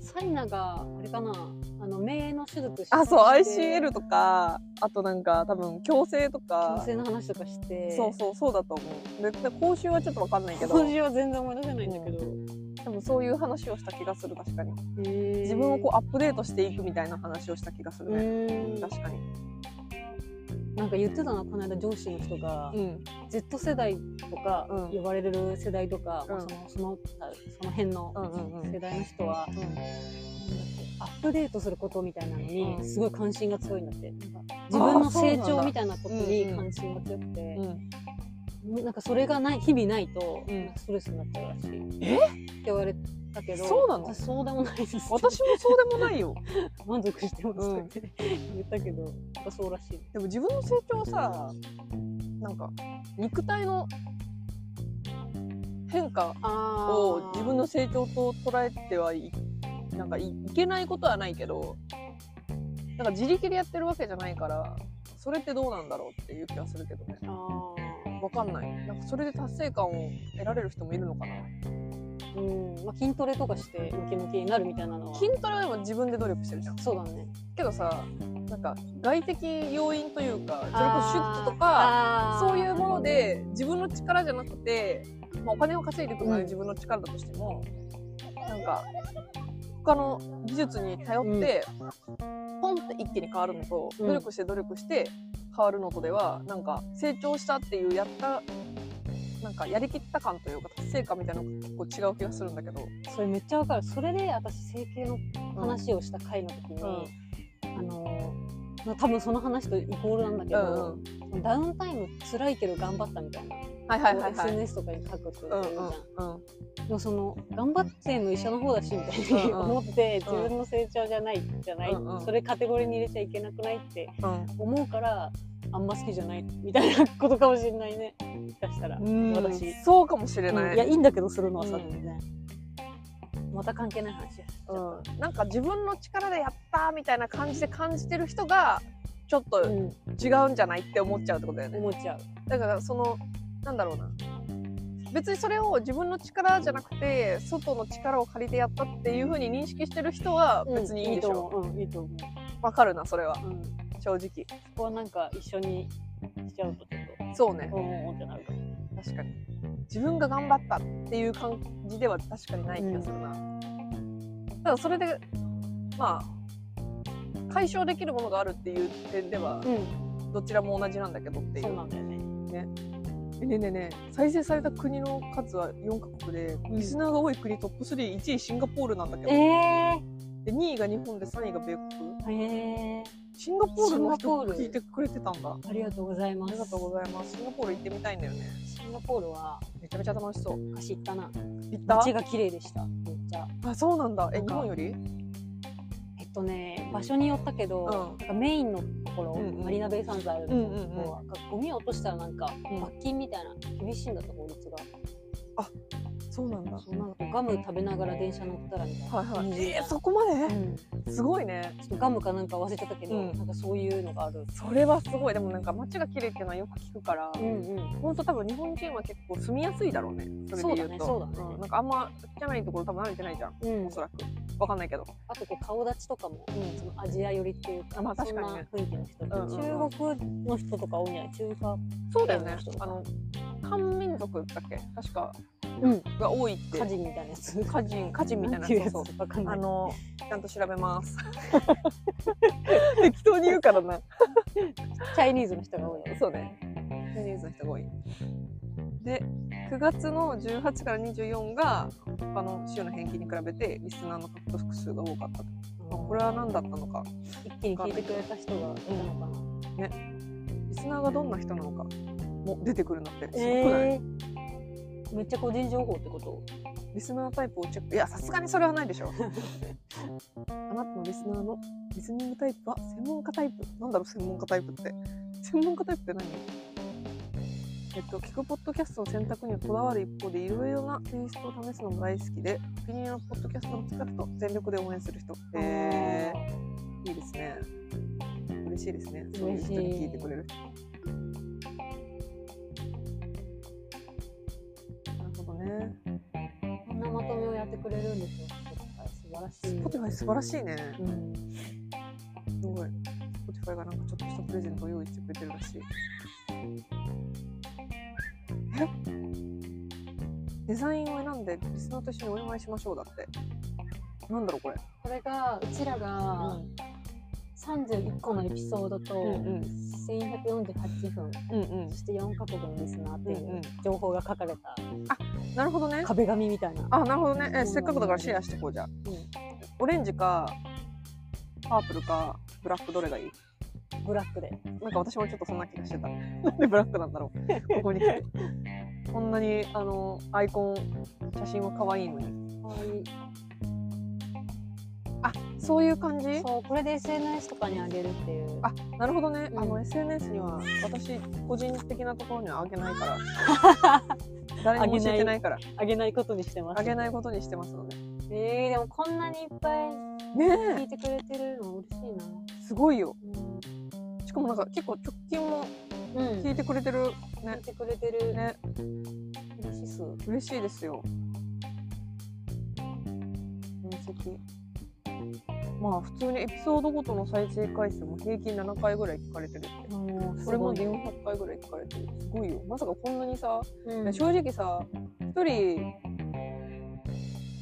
S1: サイナがあれかなあの名の手術して
S2: あそう ICL とかあとなんか多分矯正とか
S1: 女性の話とかして
S2: そうそうそうだと思うでで口臭はちょっとわかんないけど
S1: 今週は全然思い出せないんだけど、
S2: 多分そういう話をした気がする確かに自
S1: 自
S2: 分をこうアップデートしていくみたいな話をした気がする
S1: う
S2: ね、
S1: ん
S2: 確かに、
S1: なんか言ってたなこの間上司の人が、
S2: うん、
S1: Z 世代とか
S2: うん
S1: 呼ばれる世代とか、
S2: うん
S1: まあそのそのその辺の
S2: うんうんうん
S1: 世代の人は、
S2: うん
S1: なんだっけアップデートすることみたいなのに、
S2: うん
S1: すごい関心が強いんだってなんか自分の成
S2: そうなんだ
S1: 長みたいなこと
S2: うんう
S1: に
S2: ん
S1: 関心が強くて、
S2: うん
S1: なんかそれがない日々ないと、
S2: うん
S1: ストレスになっちゃうらしい
S2: え
S1: って言われたけど
S2: そうなの
S1: 私そうでもないです
S2: 私もそうでもない よ
S1: 満足してます
S2: うん
S1: って言ったけど、なんかそうらしい
S2: でも自分の成長をさなんか肉体の変化
S1: あ
S2: を自分の成長と捉えてはいなんかいいけないことはないけどなんか自力でやってるわけじゃないからそれってどうなんだろうっていう気はするけどね
S1: あ
S2: わかんないなんかそれで達成感を得られる人もいるのかな
S1: ーうん、まあ、筋トレとかしてムキムキになるみたいなのは
S2: 筋トレは今自分で努力してるじゃん
S1: そうだね
S2: けどさなんか外的要因というかそれこそ
S1: あ
S2: 出
S1: ー
S2: 費とか
S1: あー
S2: そういうもので自分の力じゃなくて、まあ、お金を稼いでいくのは
S1: うん
S2: 自分の力だとしても、なんか他の技術に頼って、ポンって一気に変わるのと
S1: うん
S2: 努力して努力して変わるのとではなんか成長したっていうやったなんかやりきった感というか達成感みたいなのが結構違う気がするんだけど。
S1: それめっちゃわかるそれで私整形の
S2: うん
S1: 話をした回の時に、
S2: うん
S1: あのーまあ多分その話とイコールなんだけど、
S2: うん
S1: ダウンタイム辛いけど頑張ったみたいな、
S2: はいはいはいはい。
S1: SNS とかに書く人いるじ
S2: う
S1: ゃ
S2: ん
S1: ん、
S2: うんうん
S1: でもその頑張ってんの医者の方だしみたいに
S2: うんうん
S1: 思って自分の成長じゃないじゃない、
S2: うんうん
S1: それカテゴリーに入れちゃいけなくないって
S2: うん
S1: 思うからあんま好きじゃないみたいなことかもしれないねもしかしたら、
S2: うん
S1: 私、
S2: そうかもしれない,、
S1: うんいやいいんだけどするのはさ、
S2: うん
S1: 全然また関係ない話やしちゃっ
S2: うんなんか自分の力でやったみたいな感じで感じてる人がちょったと
S1: うん
S2: 違うんじゃないって思っちゃうってことだよね
S1: 思っちゃう
S2: だからそのなんだろうな別にそれを自分の力じゃなくて外の力を借りてやったっていうふうに認識してる人は別にいいでしょ
S1: と思う、うん、いいと思
S2: わ、かるなそれは
S1: う、うん、
S2: 正
S1: そ
S2: 直
S1: こはなんか一緒にしちゃうとちょっと
S2: そうね
S1: おんおんってなるかも
S2: 確かに自分が頑張ったっていう感じでは確かにない気がするな、ただそれでまあ解消できるものがあるっていう点では
S1: うん
S2: どちらも同じなんだけどってい
S1: そう
S2: う
S1: なんだよね
S2: えねえねえねえ再生された国の数は4カ国で、
S1: うん
S2: リスナーが多い国トップ31位シンガポールなんだけど、
S1: え
S2: で2位が日本で3位が米国
S1: ー、え
S2: シンガポー
S1: シ
S2: ルの
S1: ンガポ
S2: 人
S1: ール
S2: 聞いてくれてたんだ
S1: ー、ありがとうございま
S2: あ
S1: す
S2: りがとうございますシンガポール行ってみたいんだよね
S1: シンガポールは
S2: めちゃめちゃ楽しそう
S1: 昔行ったな
S2: 行っ
S1: 街
S2: た
S1: が綺麗でしためっちゃ
S2: あそうなんだえ
S1: なん
S2: 日
S1: か
S2: 本より
S1: えっとね場所によったけど、
S2: うん
S1: なんかメインのところ、
S2: うんうん
S1: マリーナベイサンズあると
S2: うんうんうん
S1: こは、なんかゴミ落としたらなんか
S2: ん
S1: 罰金みたいな厳しいんだと法律が
S2: そうなんだ。
S1: そうなんかガム食べながら電車乗ったらみたいな。
S2: はいはい。えー、
S1: そ
S2: そこま
S1: う
S2: で、
S1: ん、ち
S2: すごいね。
S1: ょっとガムかなんか忘れちゃったけど、
S2: うん
S1: なんかそういうのがある。
S2: それはすごい。でもなんか街が綺麗っていうのはよく聞くから、
S1: うんうん。
S2: 本当多分日本人は結構住みやすいだろうね。それで言うと。
S1: そうだねそうだね
S2: んなんかあんま汚いところ多分慣れてないじゃん。
S1: うん
S2: おそらく。わかんないけど。
S1: あとこう顔立ちとかも、そのアジア寄りっていうか、
S2: あまあ
S1: そんな
S2: 確
S1: 雰囲気の人、
S2: んうんうん
S1: 中国の人とか多いんじゃない中華、
S2: そうだよね
S1: そうそう。
S2: あの漢民族だっけ確か
S1: うん、
S2: が多いって。
S1: 家事みたいなやつ
S2: 家人家人みたいな。
S1: んて
S2: そうう
S1: やつ
S2: そう。
S1: わかんない
S2: あのちゃんと調 べます。適当に言うからな。
S1: チャイニーズの人が多いよね
S2: そうね。ニュースの人が多い。で、9月の18から24が他の週の平均に比べてリスナーの獲得数が多かったと。これは何だったのか。
S1: 一気に聞いてくれた人がいたのかな、
S2: リスナーがどんな人なのかも出てくるんだって。すごくない
S1: えー、めっちゃ個人情報ってこと
S2: リスナータイプをチェックいやさすがにそれはないでしょあなたのリスナーのリスニングタイプは専門家タイプなんだろう専門家タイプって専門家タイプって何えっと、聞くポッドキャストの選択にはこだわる一方でいろいろなテイストを試すのも大好きでお気に入りのポッドキャストを使うと全力で応援する人へえいいですね嬉しいですねそういう人に聞いてくれるなるほどね
S1: こんなまとめをやってくれるんですよ Spotify 素晴らしい
S2: Spotify 素晴らしいね。
S1: うん、
S2: すごい。Spotify がなんかちょっとしたプレゼントを用意してくれてるらしい。えデザインを選んでリスナーと一緒にお祝いしましょうだって。なんだろうこれ。
S1: これがうちらが31個のエピソードと
S2: うんうん
S1: 1148分、
S2: うんうん
S1: そして4カ国のリスナーって
S2: う
S1: い
S2: んう。
S1: うん情報が書かれた
S2: なるほどね。
S1: 壁紙みたいな、
S2: あ、なるほどね。え、せっかくだからシェアしてこうじゃあ。オレンジか、パープルか、ブラックどれがいい
S1: ブラックで
S2: なんか私もちょっとそんな気がしてた。なんでブラックなんだろう。 ここに来て。こんなにあのアイコン写真は可愛いのに。
S1: 可愛い
S2: あ、そういう感じ？
S1: そうこれで SNS とかにあげるっていう
S2: あ、なるほどね。あ
S1: う
S2: の
S1: ん
S2: SNS には私個人的なところにはあげないから。 誰にも教えてないから
S1: あげないことにしてます
S2: あげないことにしてますので。
S1: えー、でもこんなにいっぱい聞
S2: ね
S1: いてくれてるの嬉しいな
S2: え、すごいよ。しかもなんか結構直近も
S1: うん、うん、
S2: 聞いてくれてる
S1: 聞いてくれてる、
S2: ね。
S1: 嬉しそう
S2: 嬉しいですよ。分析。まあ普通にエピソードごとの再生回数も平均7回ぐらい聞かれてるって。
S1: うん
S2: これも400回ぐらい聞かれてる。すごいよ。まさかこんなにさ、
S1: うん
S2: 正直さ、一人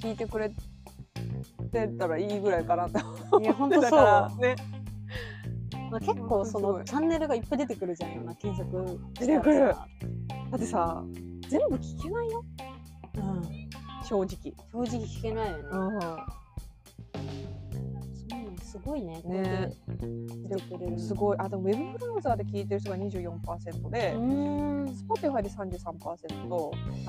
S2: 聞いてくれてたらいいぐらいかなっ
S1: い
S2: て
S1: や
S2: 思
S1: 本
S2: って
S1: 当
S2: た
S1: そう、
S2: から
S1: ま
S2: ね。
S1: あ、結構そ
S2: すご
S1: の
S2: い
S1: チャンネルがいっぱい出てくるじゃん今検索
S2: 出てく
S1: したら
S2: る
S1: さ
S2: だってさ、全部聞けないよ。
S1: うん、
S2: 正直。
S1: 正直聞けないよね、
S2: う
S1: そうなのすごいね
S2: ね
S1: こうやって出てくれるの
S2: すごい。あ、でもウェブブラウザーで聞いてる人が24%で、
S1: うーん
S2: Spotify で33%と AmazonMusic と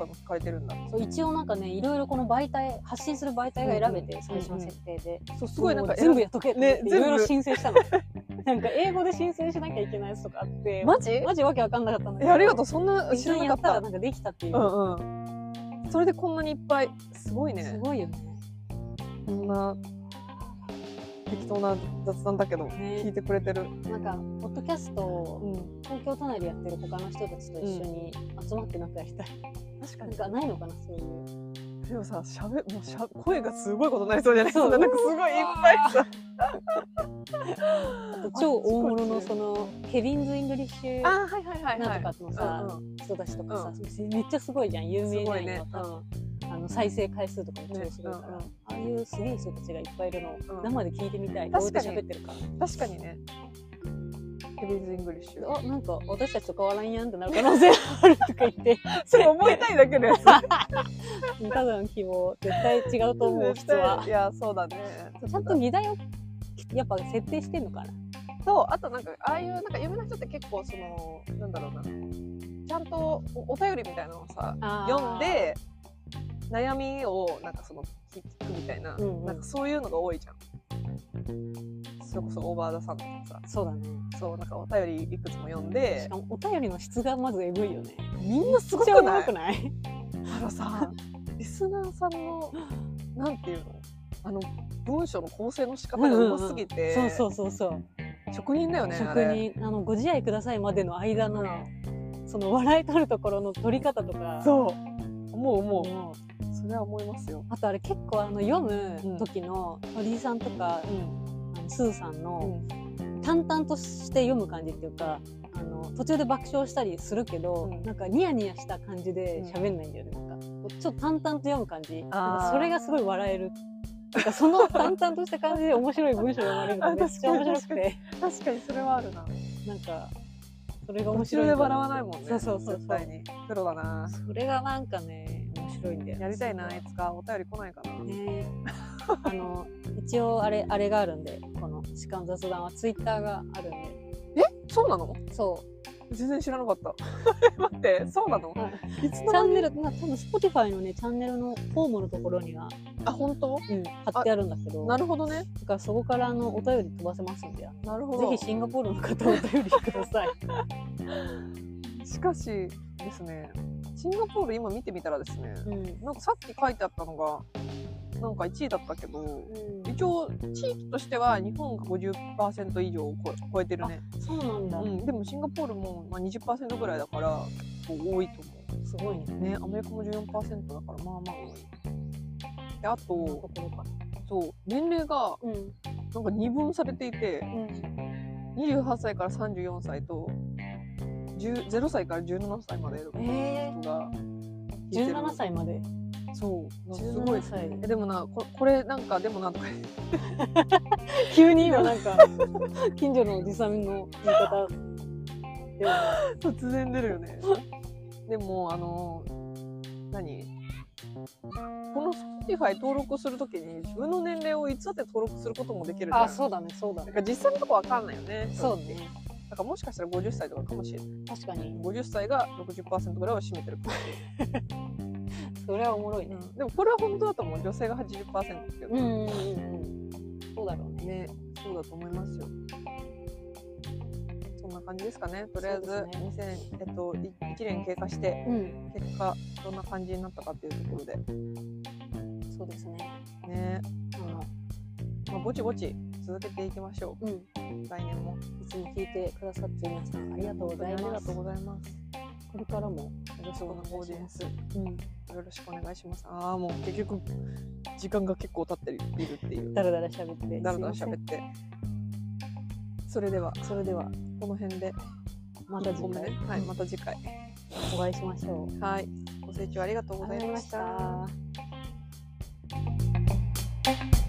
S2: かも聞かれてるんだ
S1: そう一応なんかねいろいろこの媒体発信する媒体が選べて、最初の設定で、
S2: そうすごいなんか
S1: もう全部やっとけって
S2: ね
S1: い
S2: 全部
S1: ろいろ申請した のなんか英語で申請しなきゃいけないやつとかあって
S2: マジ
S1: マジわけわかんなかったんだけ
S2: え
S1: ど
S2: ありがとうそんな
S1: 一
S2: 知
S1: 緒
S2: ら
S1: にや
S2: な
S1: っ
S2: か
S1: たら
S2: っ
S1: なんかできたっていう、
S2: たうんうんそれでこんなにいっぱいすごい
S1: す
S2: ね
S1: ごいよね
S2: こんな適当な雑談だけど聞い
S1: ね
S2: てくれてる
S1: なんかポッドキャスト
S2: う
S1: を
S2: ん
S1: 東京都内でやってる他の人たちと一緒に集まってなんかやりたい、
S2: 確か
S1: なんかないのかなそういう
S2: でもさしゃべもうしゃ声がすごいことになりそうじ ゃない
S1: そう
S2: そんななんかすごいいっぱいさ
S1: あと超大物のそのケビンズ・イングリッシュ
S2: あはいはいは
S1: なんとかのさ、
S2: うん
S1: 人たちとかさ、
S2: う
S1: めっちゃすごいじゃん有名
S2: すご
S1: ない
S2: ね
S1: のと、あの再生回数とかも超すごいから、
S2: ねうんうん
S1: ああいうすげえ人たちがいっぱいいるのを
S2: うん
S1: 生で聞いてみたい、どうやっ
S2: 確
S1: て
S2: かに
S1: 喋ってるか
S2: うん確かにねヘビーズ・イングリッシュ
S1: あなんか私たちと変わらんやんってなる可能性あるとか言って
S2: それ思いたいだけの やつ
S1: ただの希望絶対違うと思う
S2: 絶
S1: 人
S2: 対
S1: はい
S2: やそうだね
S1: ちゃんと議題をやっぱ設定してんのかな
S2: そうあとなんかああいうなんか有名な人って結構そのなんだろうなちゃんとおお便りみたいなのをさ
S1: あー
S2: 読んで悩みをなんかその聞くみたいな,、
S1: うんうん
S2: なんかそういうのが多いじゃんそれこそオーバーザさんとかさ
S1: そうだね
S2: そうなんかお便りいくつも読んで
S1: しかもお便りの質がまずえぐいよね
S2: みんなすご
S1: めっちゃ
S2: く
S1: おも
S2: な
S1: ろ
S2: い
S1: くない
S2: のさ リスナーさんのなんていうのあの文章の構成の仕方がうますぎて、
S1: そうそうそうそう、
S2: 職人だよねあ
S1: 職
S2: れ
S1: 人あのご自愛くださいまでの間の、その笑い取るところの取り方とか
S2: そう思う思う
S1: もう
S2: それは思いますよ、
S1: あとあれ結構あの読む時の鳥居さんとか、あのスーさんの淡々として読む感じっていうかあの途中で爆笑したりするけど、
S2: うん
S1: なんかニヤニヤした感じで喋んないんだよね、なんかちょっと淡々と読む感じなんかそれがすごい笑えるなんかその淡々とした感じで面白い文章が生まれるの
S2: あ
S1: めっちゃ面白く
S2: 確かに
S1: て
S2: 確かにそれはあるな
S1: なんかそれが面白
S2: 面白
S1: いんだよ
S2: いで
S1: ね
S2: 笑わないもんね
S1: そうそうそう
S2: 絶
S1: そう
S2: 対にプロだな
S1: それがなんかね面白いんだよね
S2: やりたいないつかお便り来ないかな、
S1: ね あの一応あれあれがあるんでこの「士官雑談」はツイッターがあるん
S2: そうなの
S1: でそ
S2: 全然知らなかった 待ってそうなの
S1: う、はい
S2: いつ
S1: チ
S2: の
S1: ャ
S2: 間
S1: ン
S2: に
S1: ネルな多分 Spotify のねチャンネルのフォームのところには、
S2: あ本当
S1: うん、貼ってあるんだけど
S2: なるほどね
S1: だからそこからあのお便り飛ばせますんで
S2: なるほ
S1: ぜ
S2: ど
S1: ひシンガポールの方お便りください
S2: しかしですねシンガポール今見てみたらですね、
S1: うん、
S2: なんかさっき書いてあったのがなんか1位だったけど
S1: うん、
S2: 一応地域としては日本が50%以上を超え超えてるね、
S1: そうなんだ、
S2: うん、でもシンガポールもまあ20%ぐらいだから結構多いと思
S1: すごいね
S2: うねアメリカも14%だからまあまあ多いであ
S1: このと
S2: と
S1: ころから
S2: そう年齢が
S1: うん
S2: なんか二分されていて
S1: うん
S2: 28歳から34歳と10 0歳から17歳までの人
S1: え
S2: が
S1: ー、
S2: 聞いてる
S1: 17歳まで
S2: そうすごい
S1: 17歳
S2: えでもなここれなんかでもなと か言って
S1: 急に今なんか 近所のおじさんの言い方で
S2: 突然出るよねでもあの何この Spotify 登録するときに自分の年齢を偽って登録することもできるじゃん
S1: あそうだねそうだ
S2: だ
S1: ね
S2: から実際のとこわかんないよね
S1: そうね
S2: だからもしかしたら50歳とかかもしれない
S1: 確かに
S2: 50歳が60%ぐらいを占めてるかもしれない
S1: それはおもろいね
S2: でもこれは本当だと思う女性が80%っていう
S1: うんう
S2: の
S1: んうんうんそうだろうね
S2: ねそうだと思いますよそんな感じですかねとりあえず
S1: そうで
S2: 2000、えっとい1年経過して
S1: うん
S2: 結果どんな感じになったかっていうところで
S1: そうですね
S2: ね
S1: あの
S2: まあ、ぼちぼち続けていきましょ
S1: うんいう
S2: 来年も
S1: つも聞いてくださって皆さんありがとうござい
S2: 本当にあ
S1: ま
S2: り
S1: す
S2: がと
S1: こ
S2: うございます
S1: れからもよろしくお
S2: このオ
S1: 願い
S2: ーデ
S1: し
S2: ィエ
S1: ま
S2: ンス
S1: す
S2: よ
S1: うん
S2: ろしくお願いしますああもう結局時間が結構経っているっていう
S1: だらだら喋って
S2: だらだら
S1: すいま
S2: 喋ってそれでは
S1: せんそれでは
S2: この辺で
S1: また次
S2: ごめん
S1: 回
S2: ねはいまた次回
S1: お会いしましょう
S2: はいご清聴ありがとうございました
S1: ありがとうございました